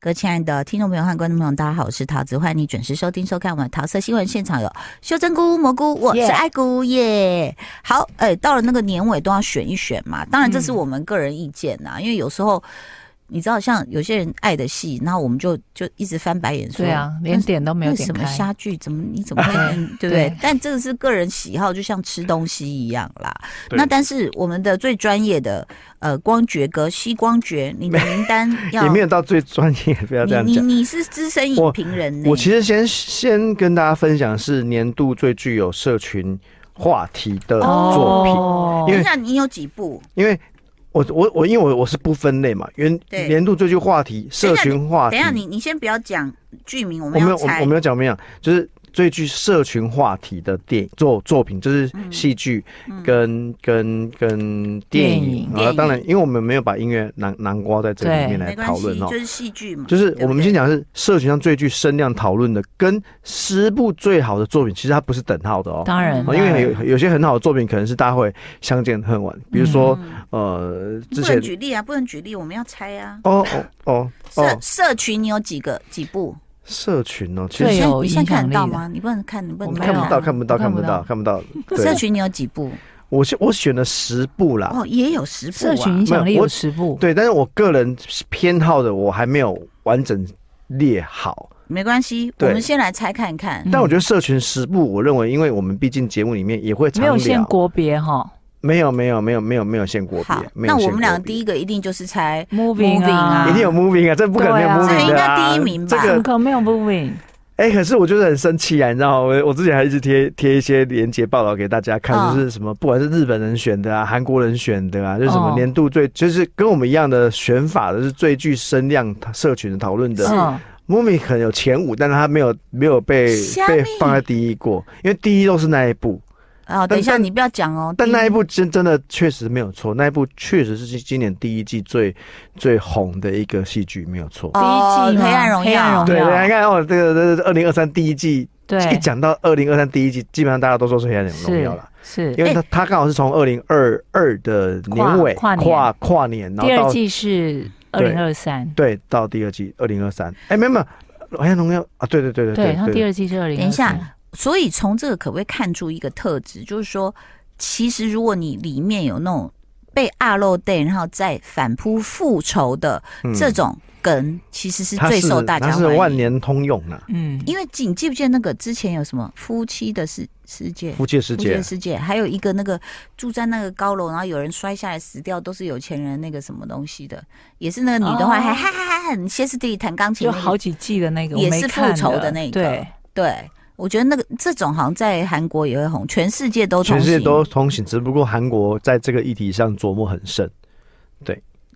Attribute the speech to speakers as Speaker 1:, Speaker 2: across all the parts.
Speaker 1: 各位亲爱的听众朋友和观众朋友，大家好，我是桃子，欢迎你准时收听收看我们的桃色新闻现场有修真菇、蘑菇，我是
Speaker 2: Yeah
Speaker 1: 爱菇耶。好，哎、到了那个年尾都要选一选嘛，当然这
Speaker 2: 嗯
Speaker 1: 是我们个人意见呐、因为有时候你知道，像有些人爱的戏，然后我们就就一直翻白眼说，
Speaker 2: 对啊，连点都没有
Speaker 1: 为
Speaker 2: 点
Speaker 1: 什么
Speaker 2: 开。
Speaker 1: 虾剧？怎么你怎 么会对不对
Speaker 2: 对？
Speaker 1: 但这个是个人喜好，就像吃东西一样啦。
Speaker 3: 对
Speaker 1: 那但是我们的最专业的呃光觉哥西光觉，你的名 单要
Speaker 3: 也没有到最专业，不要这样
Speaker 1: 你
Speaker 3: 讲。
Speaker 1: 你你是资深影评人呢、
Speaker 3: 我其实先先跟大家分享是年度最具有社群话题的作品，
Speaker 2: 哦
Speaker 3: 因为
Speaker 1: 那你有几部？
Speaker 3: 因为我我我因为我我是不分类嘛，原
Speaker 1: 对
Speaker 3: 年度最具话题社群话
Speaker 1: 等
Speaker 3: 题
Speaker 1: 一，下你你先不要讲剧名，我
Speaker 3: 啊
Speaker 1: 们
Speaker 3: 嗯我没
Speaker 1: 要
Speaker 3: 有我
Speaker 1: 猜。
Speaker 3: 我没有讲没有讲，就是最具社群话题的电影作作品，就是戏剧
Speaker 1: 嗯
Speaker 3: 跟跟跟电
Speaker 2: 电
Speaker 3: 影
Speaker 2: 影
Speaker 3: 啊，当然因为我们没有把音乐南南瓜在这里面来
Speaker 1: 没关
Speaker 3: 讨
Speaker 1: 系，
Speaker 3: 论哦
Speaker 1: 就。是戏剧嘛。
Speaker 3: 就是
Speaker 1: 对
Speaker 3: 我
Speaker 1: 不
Speaker 3: 们
Speaker 1: 对
Speaker 3: 先，讲是社群上最具声量讨论的，跟十部最好的作品，其实它不是等号的哦。
Speaker 2: 当然，
Speaker 3: 哦因为有有些很好的作品，可能是大家会相见恨
Speaker 2: 嗯
Speaker 3: 晚，比如说、呃之
Speaker 1: 嗯不
Speaker 3: 前
Speaker 1: 能举例啊，不能举例，我们要猜啊。
Speaker 3: 哦哦哦
Speaker 1: 社
Speaker 3: 哦
Speaker 1: 社群你有几个几部？
Speaker 3: 社群哦，其
Speaker 1: 你
Speaker 2: 最
Speaker 3: 实
Speaker 1: 现在
Speaker 2: 有
Speaker 1: 你现在
Speaker 2: 影响
Speaker 1: 看得到
Speaker 2: 力的
Speaker 1: 吗？你不能看，你不
Speaker 3: 我
Speaker 1: 能
Speaker 3: 看不到，
Speaker 1: 啊
Speaker 3: 看不到，
Speaker 2: 哦看
Speaker 3: 看
Speaker 2: 不
Speaker 3: 不
Speaker 2: 到
Speaker 3: 到，看不到。
Speaker 1: 社
Speaker 3: 对，
Speaker 1: 群你有几部？
Speaker 3: 我选我选了十部啦，
Speaker 1: 哦，也有十部、啊。
Speaker 2: 社群影响力
Speaker 3: 没有
Speaker 2: 有
Speaker 3: 我
Speaker 2: 十部，
Speaker 3: 对，但是我个人偏好的我还没有完整列好。
Speaker 1: 没关系，我
Speaker 3: 对
Speaker 1: 们先来猜看看。
Speaker 2: 嗯
Speaker 3: 但我觉得社群十部，我认为，因为我们毕竟节目里面也会常
Speaker 2: 没有限
Speaker 3: 聊，
Speaker 2: 国别哈
Speaker 3: 没有没有没有没有没有限国别
Speaker 1: 好，，
Speaker 3: 没
Speaker 1: 那
Speaker 3: 有
Speaker 1: 我
Speaker 3: 限
Speaker 1: 们
Speaker 3: 国
Speaker 1: 俩
Speaker 3: 别
Speaker 1: 第一个一定就是猜，
Speaker 2: ，moving
Speaker 1: Moving 啊
Speaker 2: 啊，
Speaker 3: 一定有 moving 啊，这不可能没有
Speaker 2: 对啊
Speaker 3: moving 的、啊
Speaker 1: 这应该第一名吧
Speaker 3: 这
Speaker 2: 怎么
Speaker 3: 个
Speaker 2: 可能没有 moving？
Speaker 3: 哎、可是我就是很生气啊，你知道吗？我我之前还一直贴贴一些连接报道给大家看，
Speaker 1: 嗯
Speaker 3: 就是什么不管是日本人选的啊，韩国人选的啊，就是什
Speaker 2: 哦
Speaker 3: 么年度最，
Speaker 1: 嗯
Speaker 3: 就是跟我们一样的选法的，是最具声量社群讨论的。
Speaker 2: 嗯，
Speaker 3: moving 可能有前五，但是他没有没有被
Speaker 1: 虾米
Speaker 3: 被放在第一过，因为第一都是那一部，
Speaker 1: 啊、等一下
Speaker 3: 但
Speaker 1: 你不要讲哦。
Speaker 3: 但
Speaker 1: 第
Speaker 3: 那一部真真的确实没有错，那一部确实是今今年第一季最最红的一个戏剧，没有错。
Speaker 1: 哦
Speaker 2: 第一季吗
Speaker 1: 黑暗荣
Speaker 2: 黑暗
Speaker 1: 耀
Speaker 2: 荣
Speaker 3: 对，
Speaker 2: 耀
Speaker 3: 大家看哦，这个这个二零二三第一季，一
Speaker 2: 啊对，
Speaker 3: 讲到二零二三第一季，基本上大家都说是黑暗荣耀
Speaker 2: 是
Speaker 3: 了，
Speaker 2: 是
Speaker 3: 因为它它刚好是从二零二二的年尾
Speaker 2: 跨跨年
Speaker 3: 跨跨年，然
Speaker 2: 第
Speaker 3: 后
Speaker 2: 二
Speaker 3: 到
Speaker 2: 季是二
Speaker 3: 对
Speaker 2: 零二三，
Speaker 3: 对到第二季二零二三，哎，没有没有，黑暗荣耀啊，对对对
Speaker 2: 对，
Speaker 3: 对
Speaker 2: 然后第
Speaker 3: 对，
Speaker 2: 二季是二零。
Speaker 1: 等一下，所以从这个可不可以看出一个特质，就是说，其实如果你里面有那种被阿漏 day，然后再反扑复仇的
Speaker 3: 嗯
Speaker 1: 这种梗，其实是
Speaker 3: 它
Speaker 1: 最受大家
Speaker 3: 它是
Speaker 1: 欢迎。
Speaker 3: 万年通用啊，
Speaker 2: 嗯，
Speaker 1: 因为你记不记得那个之前有什么夫妻的世世界？
Speaker 3: 夫妻的世
Speaker 1: 世界
Speaker 3: 界，
Speaker 1: 世界，还有一个那个住在那个高楼，然后有人摔下来死掉，都是有钱人那个什么东西的，也是那个女的
Speaker 2: 哦
Speaker 1: 话还哈哈哈很歇斯底里弹钢琴
Speaker 2: 就
Speaker 1: 那个，
Speaker 2: 好几季的那个，我
Speaker 1: 也
Speaker 2: 没
Speaker 1: 是复
Speaker 2: 看
Speaker 1: 仇的那个
Speaker 2: 对，
Speaker 1: 对。我觉得那个这种好像在韩国也会红，全世界都
Speaker 3: 全
Speaker 1: 同
Speaker 3: 世界
Speaker 1: 行，
Speaker 3: 都通行，只不过韩国在这个议题上琢磨很深，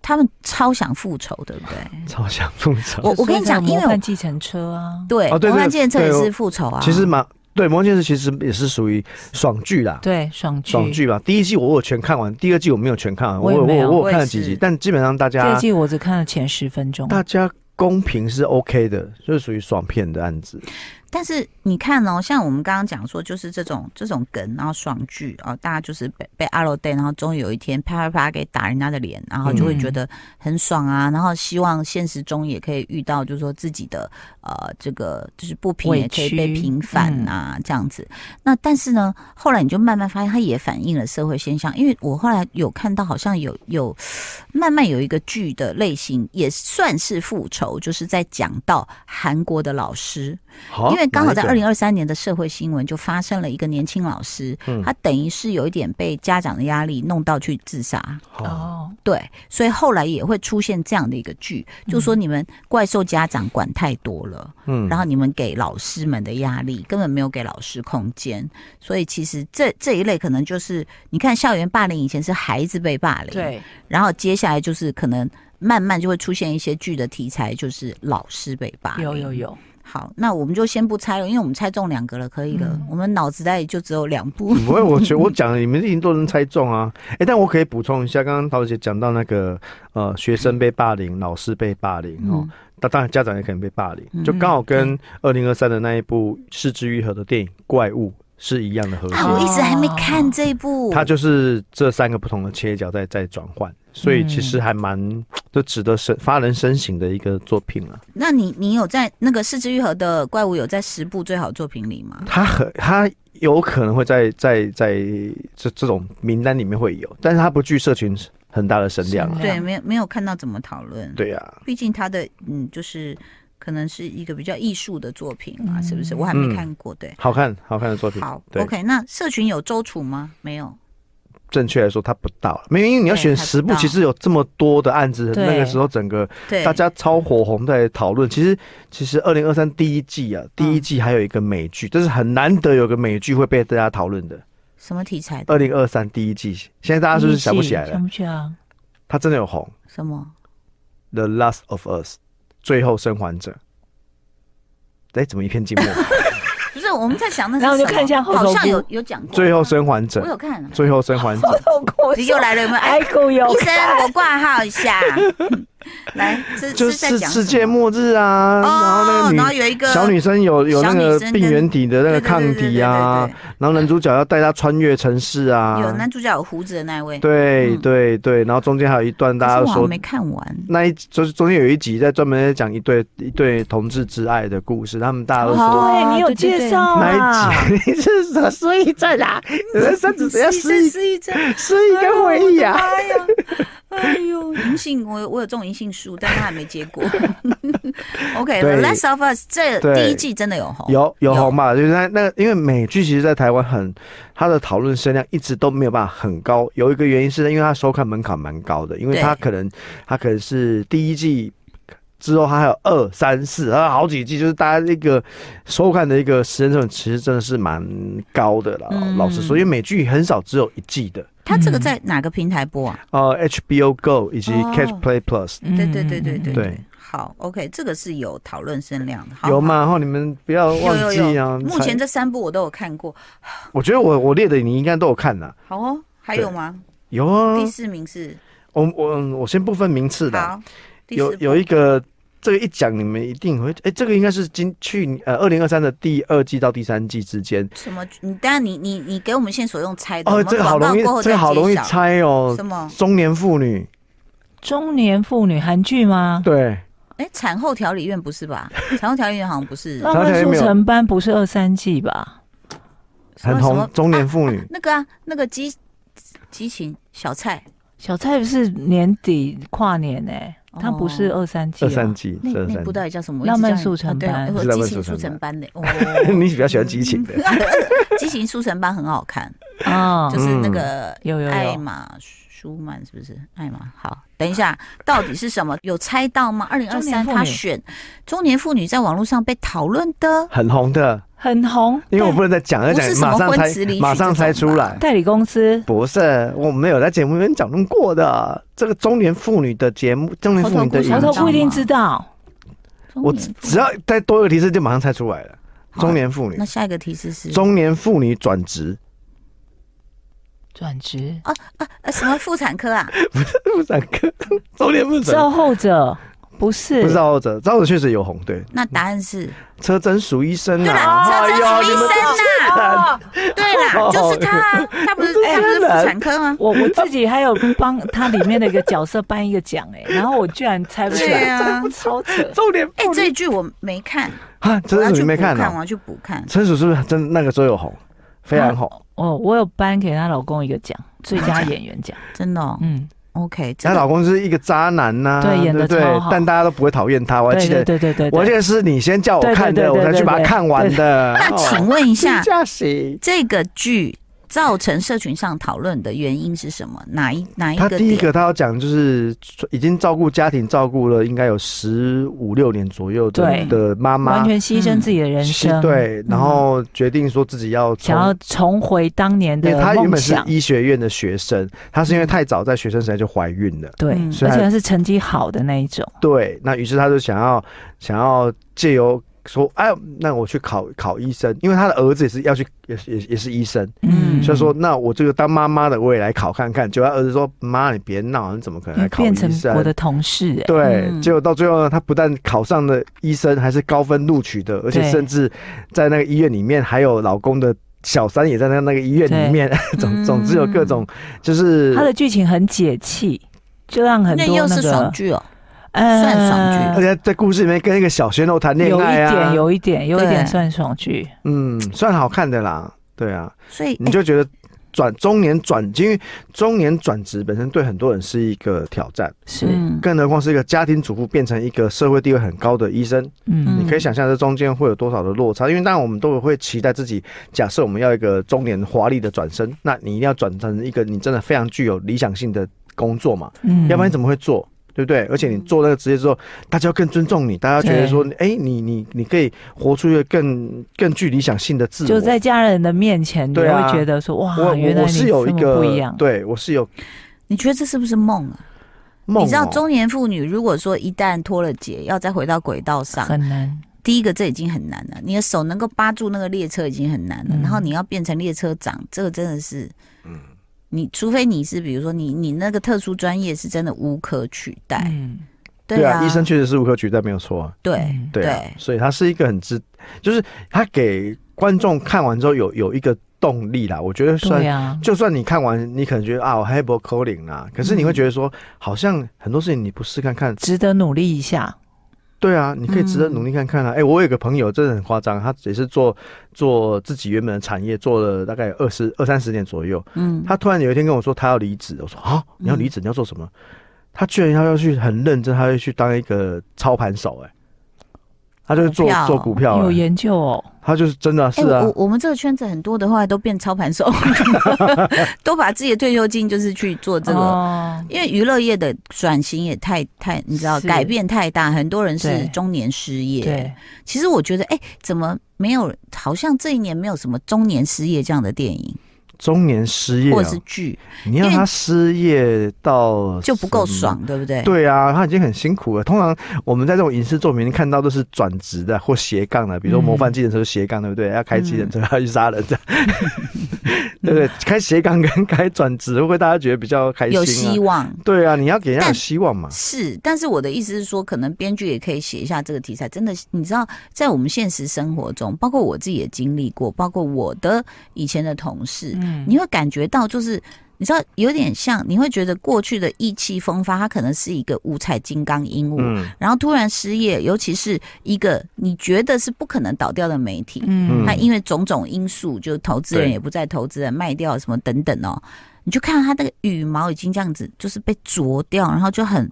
Speaker 1: 他们超想复仇，对不对？
Speaker 3: 超想吐槽。
Speaker 1: 我我跟你讲
Speaker 2: 就是那个
Speaker 1: 因为
Speaker 2: 模
Speaker 1: 我
Speaker 2: 范计程车啊，
Speaker 1: 对，
Speaker 3: 哦对对
Speaker 1: 模范建设也
Speaker 3: 对
Speaker 1: 是
Speaker 3: 我
Speaker 1: 复仇啊。
Speaker 3: 其实嘛，对《魔戒》是其实也是属于爽剧啦，
Speaker 2: 对，爽剧，
Speaker 3: 爽剧吧。第一季我有全看完，第二季我没有全看完，
Speaker 2: 我也
Speaker 3: 有
Speaker 2: 没有
Speaker 1: 我
Speaker 3: 我有
Speaker 1: 也
Speaker 3: 看了几
Speaker 1: 是
Speaker 3: 集，但基本上大
Speaker 2: 第二
Speaker 3: 家
Speaker 2: 季我只看了前十分钟，
Speaker 3: 大家公平是 OK 的，就是属于爽片的案子。
Speaker 1: 但是你看哦，像我们刚刚讲说，就是这种这种梗，然后爽剧哦，大家就是被被阿罗 day，然后终于有一天啪啪啪给打人家的脸，然后就会
Speaker 2: 嗯
Speaker 1: 觉得很爽啊，然后希望现实中也可以遇到，就是说自己的呃这个就是不平
Speaker 2: 委
Speaker 1: 也可以
Speaker 2: 屈嗯
Speaker 1: 被平反啊、这样子。那但是呢，后来你就慢慢发现，它也反映了社会现象，因为我后来有看到好像有有慢慢有一个剧的类型也算是复仇，就是在讲到韩国的老师。
Speaker 3: 好
Speaker 1: 因为刚好在二零
Speaker 3: 二，
Speaker 1: 二三年的社会新闻就发生了一个年轻老师，
Speaker 3: 嗯
Speaker 1: 他等于是有一点被家长的压力弄到去自杀，
Speaker 3: 好
Speaker 2: 哦，
Speaker 1: 对，所以后来也会出现这样的一个剧，就说你们怪兽家长管太多了，
Speaker 3: 嗯
Speaker 1: 然后你们给老师们的压力根本没有给老师空间，所以其实这这一类可能就是你看校园霸凌以前是孩子被霸凌，，
Speaker 2: 对，
Speaker 1: 然后接下来就是可能慢慢就会出现一些剧的题材，就是老师被霸凌，
Speaker 2: 有有有，
Speaker 1: 好，那我们就先不猜了，因为我们猜中两个了，可以了。
Speaker 2: 嗯
Speaker 1: 我们脑子袋里就只有两部。
Speaker 3: 不会，我觉得我讲的你们已经都能猜中啊。哎、但我可以补充一下，刚刚桃姐讲到那个呃，学生被霸凌，老师被霸凌哦
Speaker 1: 嗯，
Speaker 3: 那、当然家长也可能被霸凌，就
Speaker 2: 嗯
Speaker 3: 刚好跟二零二三的那一部《失之愈合》的电影《怪物》是一
Speaker 1: 啊
Speaker 3: 样的核心。
Speaker 2: 哦
Speaker 1: 啊，我一直还没看这一部。
Speaker 3: 它就是这三个不同的切角在在转换，所以其
Speaker 1: 嗯
Speaker 3: 实还蛮就值得深发人深省的一个作品啊了、
Speaker 1: 那你你有在那个四之愈合的怪物有在十部最好作品里吗？
Speaker 3: 他很他有可能会在在在这这种名单里面会有，但是他不具社群很大的声量啊
Speaker 2: 声。
Speaker 1: 对，没有没有看到怎么讨论。，
Speaker 3: 对啊呀、
Speaker 1: 毕竟他的嗯，就是可能是一个比较艺术的作品嘛，
Speaker 2: 嗯
Speaker 1: 是不是？我还没
Speaker 3: 嗯
Speaker 1: 看过。对，
Speaker 3: 好看好看的作品。
Speaker 1: 好
Speaker 3: 对
Speaker 1: ，OK。那社群有周楚吗？没有。
Speaker 3: 正确来说，它不到，没有，因为你要
Speaker 1: 对
Speaker 3: 选
Speaker 1: 它不
Speaker 3: 十部，
Speaker 1: 到
Speaker 3: 其实有这么多的案子，
Speaker 2: 对
Speaker 3: 那个时候整个
Speaker 1: 对，
Speaker 3: 大家超火红在讨论。其实，其实二零二三第一季啊，
Speaker 1: 嗯
Speaker 3: 第一季还有一个美剧，这是很难得有个美剧会被大家讨论的。
Speaker 1: 什么题材的？
Speaker 3: 二零二三第一季，现在大家是不是想不起来
Speaker 2: 想
Speaker 3: 了？
Speaker 2: 不起来啊。
Speaker 1: 哦
Speaker 3: 它真的有红，
Speaker 1: 什么？
Speaker 3: 《The Last of Us》最后生还者。哎，怎么一片静 默？
Speaker 1: 不是，我们在想那是
Speaker 2: 然后就
Speaker 1: 什么
Speaker 2: 看一下后头
Speaker 1: 好像
Speaker 2: 部
Speaker 1: 有有讲过。
Speaker 3: 最后生还
Speaker 1: 我
Speaker 3: 者，
Speaker 1: 有看啊。
Speaker 3: 最后生还者。
Speaker 2: 痛苦
Speaker 1: 你又来了有没有？哎，
Speaker 2: 哎，够有
Speaker 1: 医生，我挂号一 下。来，这
Speaker 3: 就
Speaker 1: 这是在
Speaker 3: 是
Speaker 1: 讲
Speaker 3: 世
Speaker 1: 什
Speaker 3: 界
Speaker 1: 么
Speaker 3: 末日啊，然后
Speaker 1: 哦
Speaker 3: 那个，女
Speaker 1: 然后有一个
Speaker 3: 小女生有有那
Speaker 1: 小
Speaker 3: 个
Speaker 1: 女生跟
Speaker 3: 病原体的那
Speaker 1: 对
Speaker 3: 个
Speaker 1: 对对
Speaker 3: 抗体啊
Speaker 1: 对对，对
Speaker 3: 然后男主角要带她穿越城市啊，
Speaker 1: 对有男主角有胡子的那一位，
Speaker 3: 对
Speaker 1: 嗯
Speaker 3: 对对，然后中间还有一段
Speaker 1: 可是
Speaker 3: 大家
Speaker 1: 我好像
Speaker 3: 说
Speaker 1: 没看完。
Speaker 3: 那一就是中间有一集在专门在讲一对一对同志之爱的故事，他们大家都说。
Speaker 2: 对你有
Speaker 1: 哦对对对
Speaker 2: 介绍
Speaker 3: 那
Speaker 2: 啊？
Speaker 3: 一集 你是什么失忆症啊？你的身子只要失忆，
Speaker 1: 失忆症，
Speaker 3: 失忆跟回忆啊！
Speaker 1: 哎呀，哎呦，银杏，我有我有种银杏树，但它还没 结果。OK，《
Speaker 3: 对
Speaker 1: The Last of Us》这
Speaker 3: 对
Speaker 1: 第一季真的有红，
Speaker 3: 有有
Speaker 1: 哦有
Speaker 3: 红吧？就是那那，因为美剧其实，在台湾很，它的讨论声量一直都没有办法很高。有一个原因是因为它收看门槛蛮高的，因为
Speaker 1: 对
Speaker 3: 它可能它可能是第一季之后，它还有二三四，还有好几季，就是大家一个收看的一个时间成本，其实真的是蛮高的啦。
Speaker 1: 嗯
Speaker 3: 老实说，因为美剧很少只有一季的，
Speaker 1: 它这个在哪个平台播啊？
Speaker 3: 呃，HBO Go 以及
Speaker 1: 哦
Speaker 3: Catch Play Plus、
Speaker 2: 嗯
Speaker 1: 对对对对对
Speaker 3: 对。
Speaker 1: 好，OK，这个是有讨论声量的，好
Speaker 3: 有？嘛？然后你们不要
Speaker 1: 好有
Speaker 3: 忘
Speaker 1: 有
Speaker 3: 记
Speaker 1: 有，！
Speaker 3: 啊
Speaker 1: 目前
Speaker 3: 才
Speaker 1: 这三部我都有看过，
Speaker 3: 我觉得我我列的你应该都有看呐、
Speaker 1: 好哦，还有吗？
Speaker 3: 有啊，
Speaker 1: 第四名是
Speaker 3: 我我我先不分名次的啊，
Speaker 1: 好，第
Speaker 3: 有
Speaker 1: 四
Speaker 3: 有
Speaker 1: 部
Speaker 3: 一个这个一讲你们一定会，哎、这个应该是今去年呃二零二三的第二季到第三季之间，
Speaker 1: 什么？你当然你你你给我们线索用猜的，我
Speaker 3: 哦，
Speaker 1: 们
Speaker 3: 这个好
Speaker 1: 哎广告
Speaker 3: 容易
Speaker 1: 过后，
Speaker 3: 这
Speaker 1: 再
Speaker 3: 个好容易
Speaker 1: 揭晓
Speaker 3: 猜哦
Speaker 1: 什，么？
Speaker 3: 中年妇女，
Speaker 2: 中年妇女韩剧吗？
Speaker 3: 对，
Speaker 1: 哎，产后调理院不是 吧？产后调理院好像不是
Speaker 2: 浪漫速成班不是二三季吧？
Speaker 1: 什么
Speaker 3: 很
Speaker 1: 什么
Speaker 3: 红，中年妇女，
Speaker 1: 那个啊，那个激激情小菜，
Speaker 2: 小蔡不是年底跨年哎、
Speaker 1: 哦
Speaker 2: 他不是二三季、
Speaker 3: 二
Speaker 2: 啊，
Speaker 3: 三季，
Speaker 1: 那
Speaker 3: 二
Speaker 1: 那
Speaker 3: 三
Speaker 1: 部
Speaker 3: 季
Speaker 1: 到，底叫什么？
Speaker 2: 浪漫
Speaker 1: 我一直叫你
Speaker 2: 速成
Speaker 1: 啊对啊
Speaker 2: 班
Speaker 1: 哎我
Speaker 3: 是浪漫
Speaker 1: 激情
Speaker 3: 速
Speaker 1: 速
Speaker 3: 成
Speaker 1: 成班 的。哦
Speaker 3: 你比较喜欢激情的，
Speaker 1: 激情速成班很好看，
Speaker 2: 啊
Speaker 1: 就，是那个
Speaker 2: 有有
Speaker 1: 艾
Speaker 2: 有，
Speaker 1: 玛舒曼是不是？艾玛，好，等一下，到底是 什么？有猜到吗？二零二
Speaker 2: 中
Speaker 1: 三
Speaker 2: 年妇女
Speaker 1: 他选中年妇女在网络上被讨论的，
Speaker 3: 很红的，
Speaker 2: 很红。
Speaker 3: 因为我不能再讲了，
Speaker 1: 不
Speaker 3: 再
Speaker 1: 是
Speaker 3: 讲
Speaker 1: 什
Speaker 3: 马
Speaker 1: 么
Speaker 3: 上
Speaker 1: 婚
Speaker 3: 猜
Speaker 1: 词离曲，
Speaker 3: 马上猜出来。
Speaker 2: 代理公司
Speaker 3: 不是，我没有在节目里面讲论过的。这个中年妇女的节目，中年妇女的
Speaker 1: 你知道
Speaker 2: 桥
Speaker 1: 吗
Speaker 2: 头
Speaker 3: 影集，
Speaker 2: 不一定知道，
Speaker 1: 这种吧。
Speaker 3: 我
Speaker 1: 中
Speaker 3: 只
Speaker 1: 年妇女
Speaker 3: 只要再多一个提示，就马上猜出来了。
Speaker 1: 好
Speaker 3: 中年妇女
Speaker 1: 那，下一个提示是
Speaker 3: 中年妇女转职，
Speaker 2: 转职
Speaker 1: 呃什么妇产科啊？
Speaker 3: 妇产科，中年妇产
Speaker 2: 照后者不是，
Speaker 3: 不是造者，造者确实有红，对，
Speaker 1: 那答案 是
Speaker 3: 车真淑医生
Speaker 1: 对
Speaker 3: 啊，
Speaker 1: 啦，这这
Speaker 3: 哎
Speaker 1: 是
Speaker 3: 呦
Speaker 1: 医生呐，
Speaker 2: 哦
Speaker 1: 对啦，就是他啊，他不是他不是妇产科吗？
Speaker 2: 我我自己还 有帮他里面的一个角色颁一个奖哎、然后我居然猜不出
Speaker 1: 对
Speaker 2: 来，
Speaker 1: 啊，
Speaker 2: 超扯！
Speaker 3: 中年
Speaker 1: 哎，这一句我没看，
Speaker 3: 啊，
Speaker 1: 我
Speaker 3: 车
Speaker 1: 要
Speaker 3: 真淑
Speaker 1: 去补
Speaker 3: 你没
Speaker 1: 看
Speaker 3: 看，
Speaker 1: 我
Speaker 3: 啊？
Speaker 1: 要去补看。
Speaker 3: 车真淑是不是真那个时候有红，非常红？
Speaker 2: 哦，我有颁给她老公一个奖，最佳演员奖。
Speaker 1: 真的哦
Speaker 2: 嗯，
Speaker 1: ，OK，这
Speaker 3: 她
Speaker 1: 个
Speaker 3: 老公是一个渣男呐，
Speaker 2: 对演得
Speaker 3: 不对
Speaker 2: 超好
Speaker 3: 但大家都不会讨厌他，我还
Speaker 2: 对
Speaker 3: 记
Speaker 2: 对
Speaker 3: 得。
Speaker 2: 对对对，对
Speaker 3: 我记得是你先叫我看
Speaker 2: 对对
Speaker 3: 的，
Speaker 2: 对
Speaker 3: 我
Speaker 2: 对
Speaker 3: 才去把它看完的。
Speaker 1: 那请问一下，
Speaker 3: 下谁？
Speaker 1: 这个剧造成社群上讨论的原因是什么？哪一哪一
Speaker 3: 他
Speaker 1: 个
Speaker 3: 第一
Speaker 1: 点？
Speaker 3: 个他要讲就是已经照顾家庭照顾了应该有十五六年左右的
Speaker 2: 对
Speaker 3: 的妈妈，嗯
Speaker 2: 完全牺牲自己的人
Speaker 3: 是
Speaker 2: 生，，嗯
Speaker 3: 对，然后决定说自己要从
Speaker 2: 想要重回当年
Speaker 3: 因
Speaker 2: 的
Speaker 3: 为她原
Speaker 2: 梦
Speaker 3: 本是
Speaker 2: 想。嗯
Speaker 3: 医学院的学生，她是因为太早在学生时代就怀孕了，
Speaker 2: 对，
Speaker 1: 嗯
Speaker 2: 而
Speaker 3: 虽
Speaker 2: 且
Speaker 3: 然
Speaker 2: 她是成绩好的那一种，
Speaker 3: 对，那于是她就想要想要借由说，哎，那我去考考医生，因为她的儿子也是要去，也是也是也是医生，
Speaker 1: 嗯
Speaker 3: 所以说，那我这个当妈妈的我也来考看看。结果她儿子说：“妈，你别闹，你怎么可能来
Speaker 2: 嗯
Speaker 3: 考医
Speaker 2: 变成我
Speaker 3: 生
Speaker 2: 的同事？”哎，
Speaker 3: 对，
Speaker 1: 嗯
Speaker 3: 结果到最后呢，他不但考上了医生，还是高分录取的，而且
Speaker 2: 对
Speaker 3: 甚至在那个医院里面，还有老公的小三也在
Speaker 2: 嗯哎
Speaker 3: 那那个医院里面。总总之有各种，就是
Speaker 2: 她的剧情很解气，就让很
Speaker 1: 那
Speaker 2: 多
Speaker 1: 又
Speaker 2: 那
Speaker 1: 是爽
Speaker 2: 个
Speaker 1: 剧哦，
Speaker 2: 呃
Speaker 1: 算爽
Speaker 3: 而且在故事里面跟一个小鲜肉谈恋
Speaker 2: 有一
Speaker 3: 爱啊
Speaker 2: 点，，有一点，有一
Speaker 1: 对
Speaker 2: 点算爽剧。
Speaker 3: 嗯，算好看的啦，对啊，
Speaker 1: 所以哎
Speaker 3: 你就觉得转中年转，因为中年转职本身对很多人是一个挑战，
Speaker 2: 是，
Speaker 1: 嗯
Speaker 3: 更何况是一个家庭主妇变成一个社会地位很高的医生，
Speaker 2: 嗯
Speaker 3: 你可以想象这中间会有多少的落差，因为当然我们都会期待自己，假设我们要一个中年华丽的转身，那你一定要转成一个你真的非常具有理想性的工作嘛，
Speaker 2: 嗯
Speaker 3: 要不然你怎么会做？对不对？而且你做那个职业之后，大家要更尊重你，大家觉得说，哎，你你你可以活出一个更更具理想性的自我。
Speaker 2: 就在家人的面前，你
Speaker 3: 对啊
Speaker 2: 会觉得说哇，
Speaker 3: 我
Speaker 2: 原
Speaker 3: 我
Speaker 2: 来
Speaker 3: 我
Speaker 2: 你
Speaker 3: 是有一
Speaker 2: 这么
Speaker 3: 个
Speaker 2: 不一样。
Speaker 3: 对我是有
Speaker 1: 你觉得这是不是梦啊？
Speaker 3: 梦、哦。
Speaker 1: 你知道中年妇女如果说一旦脱了节，要再回到轨道上，
Speaker 2: 很难，
Speaker 1: 第一个这已经很难了，你的手能够扒住那个列车已经很难了，
Speaker 2: 嗯
Speaker 1: 然后你要变成列车长，这个真的是，
Speaker 3: 嗯
Speaker 1: 你除非你是比如说你你那个特殊专业是真的无可取
Speaker 3: 哎
Speaker 1: 代，
Speaker 2: 嗯，
Speaker 1: 对啊，
Speaker 3: 医生确实是无可取代，没有错啊。
Speaker 1: 对
Speaker 2: 嗯
Speaker 3: 对啊，所以他是一个很值，就是他给观众看完之后有有一个动力啦。我觉得算
Speaker 2: 对，啊呀，
Speaker 3: 就算你看完，你可能觉得啊，我 h a b e calling 啦，可是你会觉得说，好像很多事情你不试看看，
Speaker 2: 值得努力一下。
Speaker 3: 对啊，你可以值得努力看看啊。哎、我有个朋友真的很夸张，他也是做做自己原本的产业，做了大概二十二三十年左右，
Speaker 1: 嗯，
Speaker 3: 他突然有一天跟我说他要离职，我说啊，你要离职，你要做什么？他居然要要去很认真，他要去当一个操盘手、哎，他就是做
Speaker 1: 股票
Speaker 3: 做股票、
Speaker 2: 有
Speaker 3: 哎
Speaker 2: 研究哦，
Speaker 3: 他就是真的啊、
Speaker 1: 哎、
Speaker 3: 是啊，
Speaker 1: 我我们这个圈子很多的话都变操盘手， 都把自己的退休金就是去做这个。
Speaker 2: 哦
Speaker 1: 因为娱乐业的转型也太太，你知道
Speaker 2: 是
Speaker 1: 改变太大，很多人是
Speaker 2: 对
Speaker 1: 中年失业。
Speaker 2: 对，
Speaker 1: 其实我觉得，哎、怎么没有？好像这一年没有什么中年失业这样的电影
Speaker 3: 中年失业、
Speaker 1: 或
Speaker 3: 啊
Speaker 1: 者，是剧，
Speaker 3: 你让
Speaker 1: 因为
Speaker 3: 他失业到
Speaker 1: 就不够
Speaker 3: 什么
Speaker 1: 爽，对不对？
Speaker 3: 对啊，他已经很辛苦了。通常我们在这种影视作品里看到都是转职的或斜杠的，比如说
Speaker 2: 嗯
Speaker 3: 模范计程车斜杠，
Speaker 1: 嗯
Speaker 3: 对不对？要开计程车要去杀人这样， 对不对？开斜杠跟开转职，会不会大家觉得比较开心、
Speaker 1: 嗯
Speaker 3: 啊？
Speaker 1: 有希望。
Speaker 3: 对啊，你要给人家有
Speaker 1: 但
Speaker 3: 希望嘛。
Speaker 1: 是，但是我的意思是说，可能编剧也可以写一下这个题材。真的，你知道，在我们现实生活中，包括我自己也经历过，包括我的以前的同事，
Speaker 2: 嗯，
Speaker 1: 你会感觉到就是。你知道，有点像，你会觉得过去的意气风发，它可能是一个五彩金刚鹦鹉，
Speaker 3: 嗯，
Speaker 1: 然后突然失业，尤其是一个你觉得是不可能倒掉的媒体，
Speaker 2: 嗯
Speaker 1: 它因为种种因素，就投资人
Speaker 3: 对
Speaker 1: 也不再投资人卖掉什么等等哦，你就看它那个羽毛已经这样子，就是被啄掉，然后就很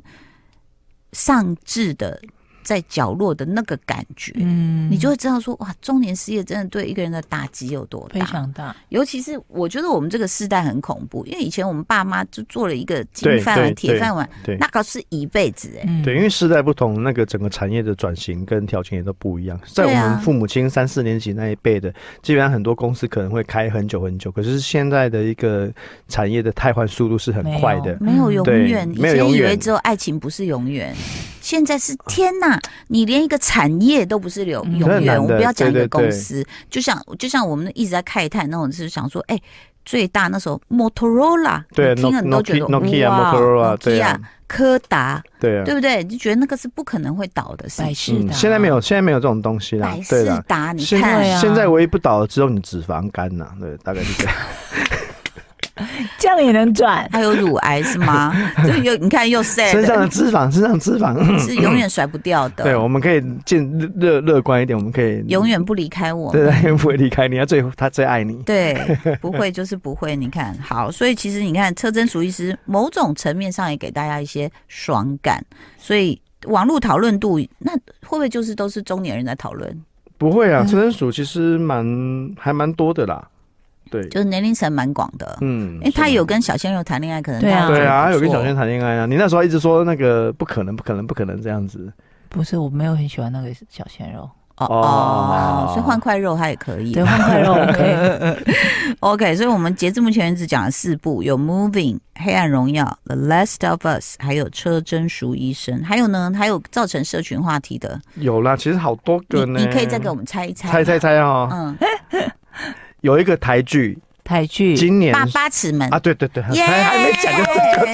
Speaker 1: 丧志的在角落的那个感觉，
Speaker 2: 嗯
Speaker 1: 你就会知道说，哇，中年失业真的对一个人的打击有多
Speaker 2: 非
Speaker 1: 大。
Speaker 2: 常大，
Speaker 1: 尤其是我觉得我们这个世代很恐怖，因为以前我们爸妈就做了一个金
Speaker 3: 对
Speaker 1: 饭
Speaker 3: 对
Speaker 1: 碗、铁
Speaker 3: 对
Speaker 1: 饭碗，
Speaker 3: 对
Speaker 1: 那个是一辈子哎、
Speaker 2: 嗯
Speaker 3: 对，因为时代不同，那个整个产业的转型跟条件也都不一样。在我
Speaker 1: 对啊
Speaker 3: 们父母亲三四年级那一辈的，基本上很多公司可能会开很久很久，可是现在的一个产业的汰换速度是很快的。
Speaker 1: 没有永远，
Speaker 3: 嗯对
Speaker 1: 以
Speaker 3: 没有
Speaker 1: 前
Speaker 3: 永
Speaker 1: 以
Speaker 3: 远
Speaker 1: 为只有爱情不是永远，现在是天哪，你连一个产业都不是永
Speaker 2: 嗯
Speaker 1: 永
Speaker 3: 很
Speaker 1: 远。
Speaker 3: 难的
Speaker 1: 我不要讲一
Speaker 3: 对
Speaker 1: 个
Speaker 3: 对
Speaker 1: 公司，就像就像我们一直在慨叹那种，就是想说，哎，最大那时候 Motorola，
Speaker 3: 对
Speaker 1: 你听了你都觉得
Speaker 3: Nokia、
Speaker 1: 哇
Speaker 3: Motorola，对啊
Speaker 1: Nokia，柯达，
Speaker 3: 对啊，
Speaker 1: 对不对？就觉得那个是不可能会倒的事
Speaker 2: 百
Speaker 1: 情。
Speaker 2: 事达，
Speaker 3: 嗯现在没有，现在没有这种东西啦
Speaker 1: 百，
Speaker 3: 对
Speaker 1: 事
Speaker 3: 啦。
Speaker 1: 达，你
Speaker 3: 现
Speaker 1: 看
Speaker 2: 对啊
Speaker 3: 现在唯一不倒的只有你脂肪肝呐，对，大概 是这样。
Speaker 2: 这样也能转，
Speaker 1: 还有乳癌是 吗？就又你看又 sad，
Speaker 3: 身上的脂肪，身上的脂肪，
Speaker 1: 是永远甩不掉的，
Speaker 3: 对，我们可以见乐乐观一点，我们可以
Speaker 1: 永远不离开我们。
Speaker 3: 对，他不会离开你，他最他最爱你。
Speaker 1: 对，不会就是不会。你看，好，所以其实你看，车真淑医师某种层面上也给大家一些爽感，所以网络讨论度那会不会就是都是中年人在讨论，
Speaker 3: 不会啊，
Speaker 2: 嗯
Speaker 3: 车身鼠其实蛮还蛮多的啦。对，
Speaker 1: 就是年龄层蛮广的，
Speaker 3: 嗯，
Speaker 1: 因为他
Speaker 3: 是
Speaker 1: 有跟小鲜肉谈恋爱，可能
Speaker 2: 对
Speaker 1: 大家
Speaker 2: 啊
Speaker 1: 觉得
Speaker 3: 对啊，
Speaker 1: 不
Speaker 3: 他有跟
Speaker 1: 错
Speaker 3: 小轩谈恋爱啊。你那时候一直说那个不可能，不可能，不可能这样子。
Speaker 2: 不是，我没有很喜欢那个小鲜 肉，
Speaker 1: 哦
Speaker 3: 哦
Speaker 1: 哦，所以换块肉他也可以
Speaker 2: 对，。换块 肉 OK，
Speaker 1: OK，所以我们截至目前为止讲了四部，有《Moving》《黑暗荣耀》《The Last of Us》，还有《车真淑医生》，还有呢，还有造成社群话题的，
Speaker 3: 有啦，其实好多
Speaker 1: 你
Speaker 3: 个呢。
Speaker 1: 你可以再给我们猜一猜，
Speaker 3: 猜猜猜哦。
Speaker 1: 嗯，
Speaker 3: 有一个台剧，
Speaker 2: 台剧，
Speaker 3: 今年
Speaker 1: 八八尺门
Speaker 3: 啊，对对对，
Speaker 1: 耶
Speaker 3: 还还没讲就这个，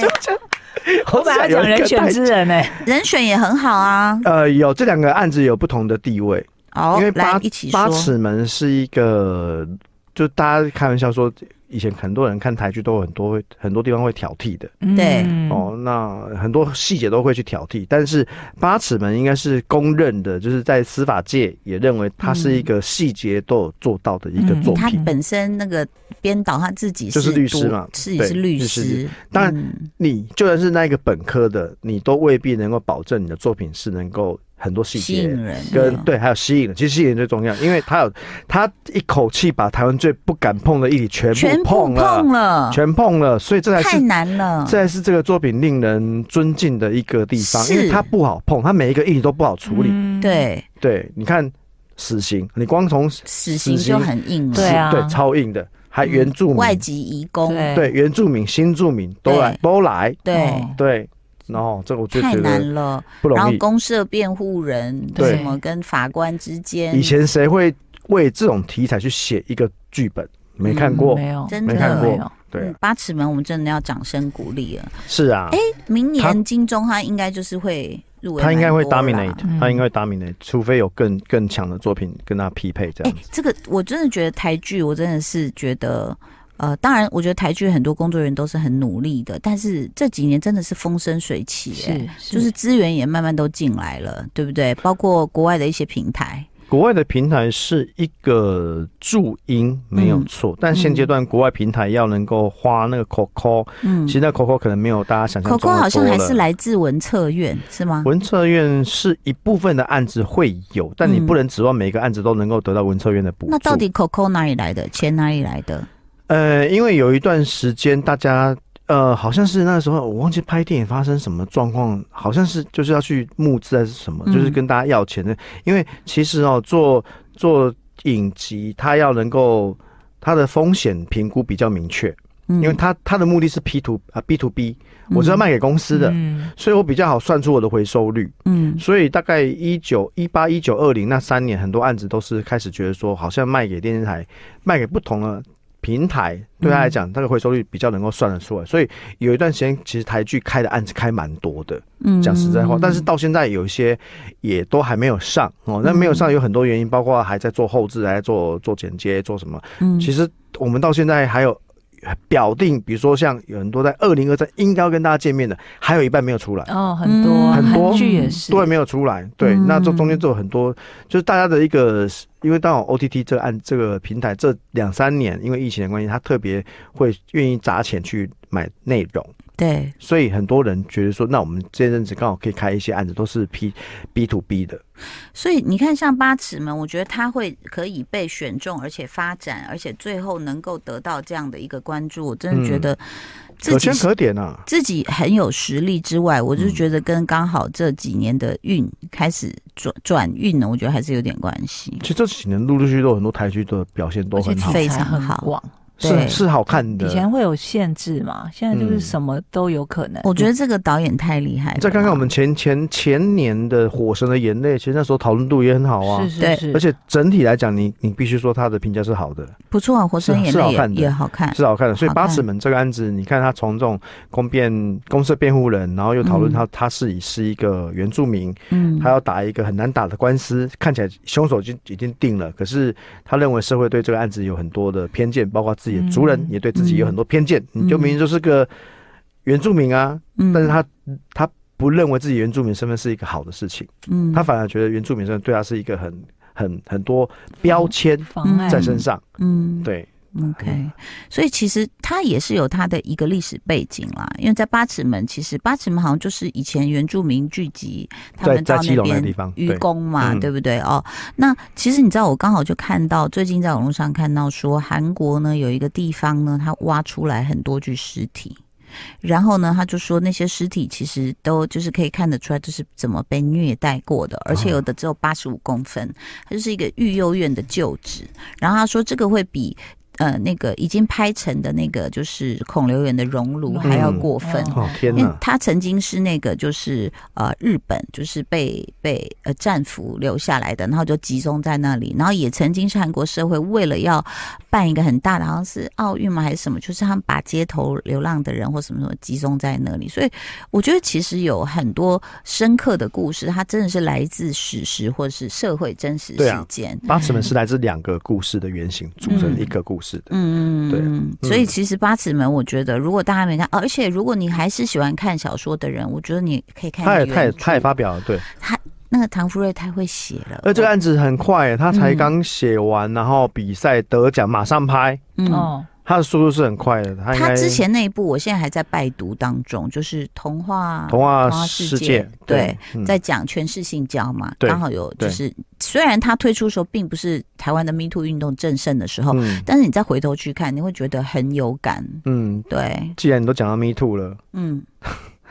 Speaker 3: 就就
Speaker 2: 我本来要讲人选之。人哎呢，
Speaker 1: 人选也很好啊。
Speaker 3: 呃，有这两个案子有不同的地位。
Speaker 1: 哦，
Speaker 3: 因为
Speaker 1: 来
Speaker 3: 八
Speaker 1: 一起
Speaker 3: 八
Speaker 1: 说，
Speaker 3: 尺门是一个，就大家开玩笑说，以前很多人看台剧都有很多会很多地方会挑剔的、
Speaker 1: 对
Speaker 2: 嗯
Speaker 3: 哦，那很多细节都会去挑剔，但是八尺门应该是公认的，就是在司法界也认为它是一个细节都有做到的一个
Speaker 2: 嗯
Speaker 3: 作
Speaker 1: 他
Speaker 3: 品。
Speaker 1: 本身那个编导他自己
Speaker 3: 就是律师
Speaker 1: 读
Speaker 3: 嘛
Speaker 1: 自己
Speaker 3: 对
Speaker 1: 是律
Speaker 3: 律师
Speaker 1: 师，
Speaker 3: 当然
Speaker 1: 嗯
Speaker 3: 你就算是那一个本科的，你都未必能够保证你的作品是能够很多细
Speaker 1: 吸
Speaker 3: 节
Speaker 1: 引人啊
Speaker 3: 跟
Speaker 1: 的
Speaker 3: 对，还有吸引人，其实吸引人最重要，因为他有他一口气把台湾最不敢碰的议题全
Speaker 1: 全
Speaker 3: 部
Speaker 1: 部
Speaker 3: 碰了，
Speaker 1: 碰了，
Speaker 3: 全碰了，所以这才
Speaker 1: 太
Speaker 3: 是。
Speaker 1: 难了。
Speaker 3: 这才是这个作品令人尊敬的一个地方，
Speaker 1: 是
Speaker 3: 因为它不好碰，它每一个议题都不好处理。
Speaker 2: 嗯，
Speaker 1: 对，
Speaker 3: 对，你看死刑，你光从死
Speaker 1: 死刑
Speaker 3: 死
Speaker 1: 就
Speaker 3: 刑
Speaker 1: 很硬了。
Speaker 2: 对啊
Speaker 3: 对超硬的，还
Speaker 1: 嗯
Speaker 3: 原住民，
Speaker 1: 外籍移工，
Speaker 2: 对
Speaker 3: 对原住民、新住民都来
Speaker 1: 对
Speaker 3: 都来，
Speaker 1: 对
Speaker 2: 哦
Speaker 3: 对，然后这个我就
Speaker 1: 太
Speaker 3: 觉得
Speaker 1: 难了。
Speaker 3: 不
Speaker 1: 然
Speaker 3: 容
Speaker 1: 后
Speaker 3: 易。
Speaker 1: 公社辩护人
Speaker 3: 对
Speaker 1: 什么跟法官之间，
Speaker 3: 以前谁会为这种题材去写一个剧本？没看过，
Speaker 2: 没有，
Speaker 1: 真
Speaker 3: 没
Speaker 1: 的
Speaker 3: 看过
Speaker 2: 没有
Speaker 3: 对啊
Speaker 1: 嗯，八尺门我们真的要掌声鼓励了。
Speaker 3: 是
Speaker 1: 哎
Speaker 3: 啊，
Speaker 1: 明
Speaker 3: 他
Speaker 1: 年金钟他应该就是会入围
Speaker 3: 他
Speaker 1: 蛮多啦，
Speaker 3: 应该会 dominate，
Speaker 2: 嗯
Speaker 3: 他应该会 dominate，除非有更更强的作品跟他匹配这
Speaker 1: 哎、
Speaker 3: 样子。
Speaker 1: 这个我真的觉得台剧，我真的是觉得，呃，当然，我觉得台剧很多工作人员都是很努力的，但是这几年真的是风生水起、哎，
Speaker 2: 是
Speaker 1: 就是资源也慢慢都进来了，对不对？包括国外的一些平台，
Speaker 3: 国外的平台是一个注音
Speaker 1: 嗯
Speaker 3: 没有错，但现阶段国外平台要能够花那个 COCO，、
Speaker 1: 嗯
Speaker 3: 其实那 COCO 可能没有大家想象中的多
Speaker 1: ，Coco
Speaker 3: 了。
Speaker 1: 好像还是来啊自文策院，是吗？
Speaker 3: 文策院是一部分的案子会有，但你
Speaker 1: 嗯
Speaker 3: 不能指望每个案子都能够得到文策院的补助。
Speaker 1: 那到底 Coco 哪里来的？钱哪里来的？
Speaker 3: 呃，因为有一段时间大家。呃，好像是那时候我忘记拍电影发生什么状况，好像是就是要去募资还是什么，
Speaker 1: 嗯
Speaker 3: 就是跟大家要钱的。因为其实哦，做做影集，它要能够它的风险评估比较明确，
Speaker 1: 嗯
Speaker 3: 因为它它的目的是 P to 啊 B to B，我是要卖给公司的，
Speaker 2: 嗯
Speaker 3: 所以我比较好算出我的回收率。
Speaker 1: 嗯
Speaker 3: 所以大概一九一八、一九二零那三年，很多案子都是开始觉得说，好像卖给电视台、卖给不同的平台，对他来
Speaker 1: 嗯
Speaker 3: 讲，那个回收率比较能够算得出来。所以有一段时间，其实台剧开的案子开蛮多的，
Speaker 1: 嗯
Speaker 3: 讲实在话。但是到现在有一些也都还没有上哦，那
Speaker 1: 嗯
Speaker 3: 没有上有很多原因，包括还在做后置，还在做做剪接，做什么。
Speaker 1: 嗯
Speaker 3: 其实我们到现在还有。表定，比如说像有很多在二零二三应该要跟大家见面的，还有一半没有出来。
Speaker 2: 哦，很多
Speaker 3: 嗯很多嗯
Speaker 2: 韩剧也是，
Speaker 3: 对，没有出来。对，
Speaker 1: 嗯
Speaker 3: 那这中间就有很多，就是大家的一个，因为当然 OTT 这按这个平台这两三年，因为疫情的关系，他特别会愿意砸钱去买内容，
Speaker 1: 对，
Speaker 3: 所以很多人觉得说，那我们这阵子刚好可以开一些案子，都是 P B to B 的。
Speaker 1: 所以你看，像八尺门，我觉得他会可以被选中，而且发展，而且最后能够得到这样的一个关注，我真的觉得自
Speaker 3: 嗯可
Speaker 1: 己
Speaker 3: 圈
Speaker 1: 是、
Speaker 3: 可点啊，
Speaker 1: 自己很有实力之外，我就是
Speaker 3: 嗯
Speaker 1: 觉得跟刚好这几年的运开始转转运呢，我觉得还是有点关系。
Speaker 3: 其实这几年陆陆续续都有很多台剧的表现都
Speaker 2: 而且
Speaker 3: 很好，
Speaker 1: 非
Speaker 2: 题材
Speaker 1: 常
Speaker 2: 很
Speaker 1: 好
Speaker 2: 广，
Speaker 1: 对
Speaker 3: 是是好看的
Speaker 2: 以。前会有限制嘛，现在就是
Speaker 3: 嗯
Speaker 2: 什么都有可能。
Speaker 1: 我觉得这个导演太厉害了。
Speaker 3: 你再看看我们前前前年的《火神的眼泪》，其实那时候讨论度也很好啊
Speaker 2: 是，是
Speaker 1: 对
Speaker 2: 是，
Speaker 3: 而且整体来讲，你你必须说它的评价是好的。
Speaker 1: 不错啊，《活生眼
Speaker 3: 是
Speaker 1: 泪
Speaker 3: 好》看的
Speaker 1: 也也好看。
Speaker 3: 是好看的。所以
Speaker 1: 好看
Speaker 3: 八尺门这个案子，你看他从这种公辩、公社辩护人，然后又讨论
Speaker 1: 嗯
Speaker 3: 他、他是以是一个原住民，
Speaker 1: 嗯，
Speaker 3: 他要打一个很难打的官司，看起来凶手已经已经定了，可是他认为社会对这个案子有很多的偏见，包括自己的族人、
Speaker 2: 嗯
Speaker 3: 也对自己有很多偏见。
Speaker 1: 嗯
Speaker 3: 你就明明就是个原住民啊，
Speaker 1: 嗯，
Speaker 3: 但是他他不认为自己原住民身份是一个好的事情，
Speaker 1: 嗯
Speaker 3: 他反而觉得原住民身份对他是一个很很很多标签
Speaker 2: 妨碍
Speaker 3: 在身上，
Speaker 1: 嗯
Speaker 3: 对。
Speaker 1: OK，所以其实它也是有它的一个历史背景啦，因为在八尺门，其实八尺门好像就是以前原住民聚集，他
Speaker 3: 在
Speaker 1: 们到
Speaker 3: 在基隆那
Speaker 1: 边
Speaker 3: 个地方，
Speaker 1: 渔
Speaker 3: 对
Speaker 1: 工嘛，
Speaker 3: 嗯
Speaker 1: 对不对？哦，那其实你知道，我刚好就看到最近在网络上看到说，韩国呢有一个地方呢，它挖出来很多具尸体。然后呢，他就说那些尸体其实都就是可以看得出来，就是怎么被虐待过的，而且有的只有八十五公分，它就是一个育幼院的旧址。然后他说这个会比呃那个已经拍成的那个就是孔刘园的熔炉还要过分，
Speaker 2: 嗯
Speaker 3: 哦天
Speaker 1: 因为
Speaker 3: 哪！
Speaker 1: 他曾经是那个就是呃日本就是被被呃战俘留下来的，然后就集中在那里，然后也曾经是韩国社会为了要办一个很大的，好像是奥运嘛还是什么，就是他们把街头流浪的人或什么什么集中在那里，所以我觉得其实有很多深刻的故事，它真的是来自史实或是社会真实
Speaker 3: 对
Speaker 1: 事
Speaker 3: 啊
Speaker 1: 件。
Speaker 3: 八尺门是来自两个故事的原型组成一个故式的。
Speaker 1: 嗯，
Speaker 3: 对啊
Speaker 1: 嗯，所以其实八尺门，我觉得如果大家没看，而且如果你还是喜欢看小说的人，我觉得你可以看
Speaker 3: 他也
Speaker 1: 原
Speaker 3: 他也
Speaker 1: 著。
Speaker 3: 他也发表了，对，
Speaker 1: 那个唐福瑞太会写了，
Speaker 3: 而这个
Speaker 1: 我
Speaker 3: 案子很快，他才刚写完，然后比赛得奖，马上拍，
Speaker 1: 嗯。
Speaker 2: 哦，
Speaker 3: 他的速度是很快的。他应
Speaker 1: 他
Speaker 3: 该
Speaker 1: 之前那一部，我现在还在拜读当中，就是童话
Speaker 3: 童话
Speaker 1: 世
Speaker 3: 世界
Speaker 1: 对，，
Speaker 3: 嗯
Speaker 1: 在讲全市性交嘛，
Speaker 3: 对
Speaker 1: 刚好有就
Speaker 3: 对
Speaker 1: 是，虽然他推出的时候并不是台湾的 Me Too 运动正盛的时候，
Speaker 3: 嗯
Speaker 1: 但是你再回头去看，你会觉得很有感，
Speaker 3: 嗯，
Speaker 1: 对，
Speaker 3: 既然你都讲到 Me Too 了，
Speaker 1: 嗯，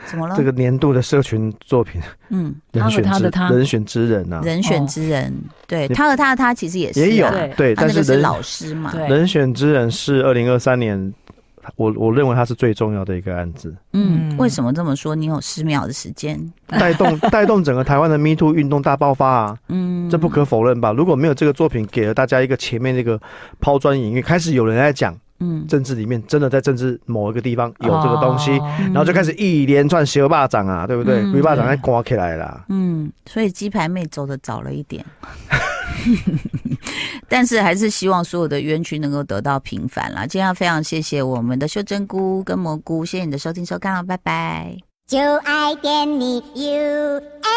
Speaker 1: 怎么了？
Speaker 3: 这个年度的社群作品
Speaker 1: 嗯，
Speaker 2: 他
Speaker 3: 人
Speaker 2: 和
Speaker 3: 选
Speaker 2: 他
Speaker 3: 之
Speaker 2: 的他
Speaker 3: 人选之人呐，
Speaker 1: 人选之人，对他和他的他其实也是、啊、
Speaker 3: 啊哦也有
Speaker 2: 对
Speaker 3: 对，
Speaker 1: 他
Speaker 3: 但
Speaker 1: 那
Speaker 3: 是
Speaker 1: 个是
Speaker 3: 人
Speaker 1: 老师嘛，
Speaker 2: 对
Speaker 3: 人选之人是二零二三年，我我认为它是最重要的一个案子，
Speaker 1: 嗯，
Speaker 2: 嗯
Speaker 1: 为什么这么说？你有十秒的时间，
Speaker 3: 带 动带动整个台湾的 Me Too 运动大爆发啊，
Speaker 1: 嗯，
Speaker 3: 这不可否认吧？如果没有这个作品给了大家一个前面那个抛砖引玉，开始有人在讲
Speaker 1: 嗯，
Speaker 3: 政治里面真的在政治某一个地方有这个东西，
Speaker 2: 哦
Speaker 1: 嗯
Speaker 3: 然后就开始一连串邪恶霸掌啊，对不对？
Speaker 1: 嗯
Speaker 3: 鬼、霸掌在刮起来啦。
Speaker 1: 嗯，所以鸡排妹走的早了一点， 但是还是希望所有的冤屈能够得到平反啦。今天要非常谢谢我们的秀珍哦菇跟蘑菇，谢谢你的收听收看了，拜拜。
Speaker 4: 就爱点你 UFO。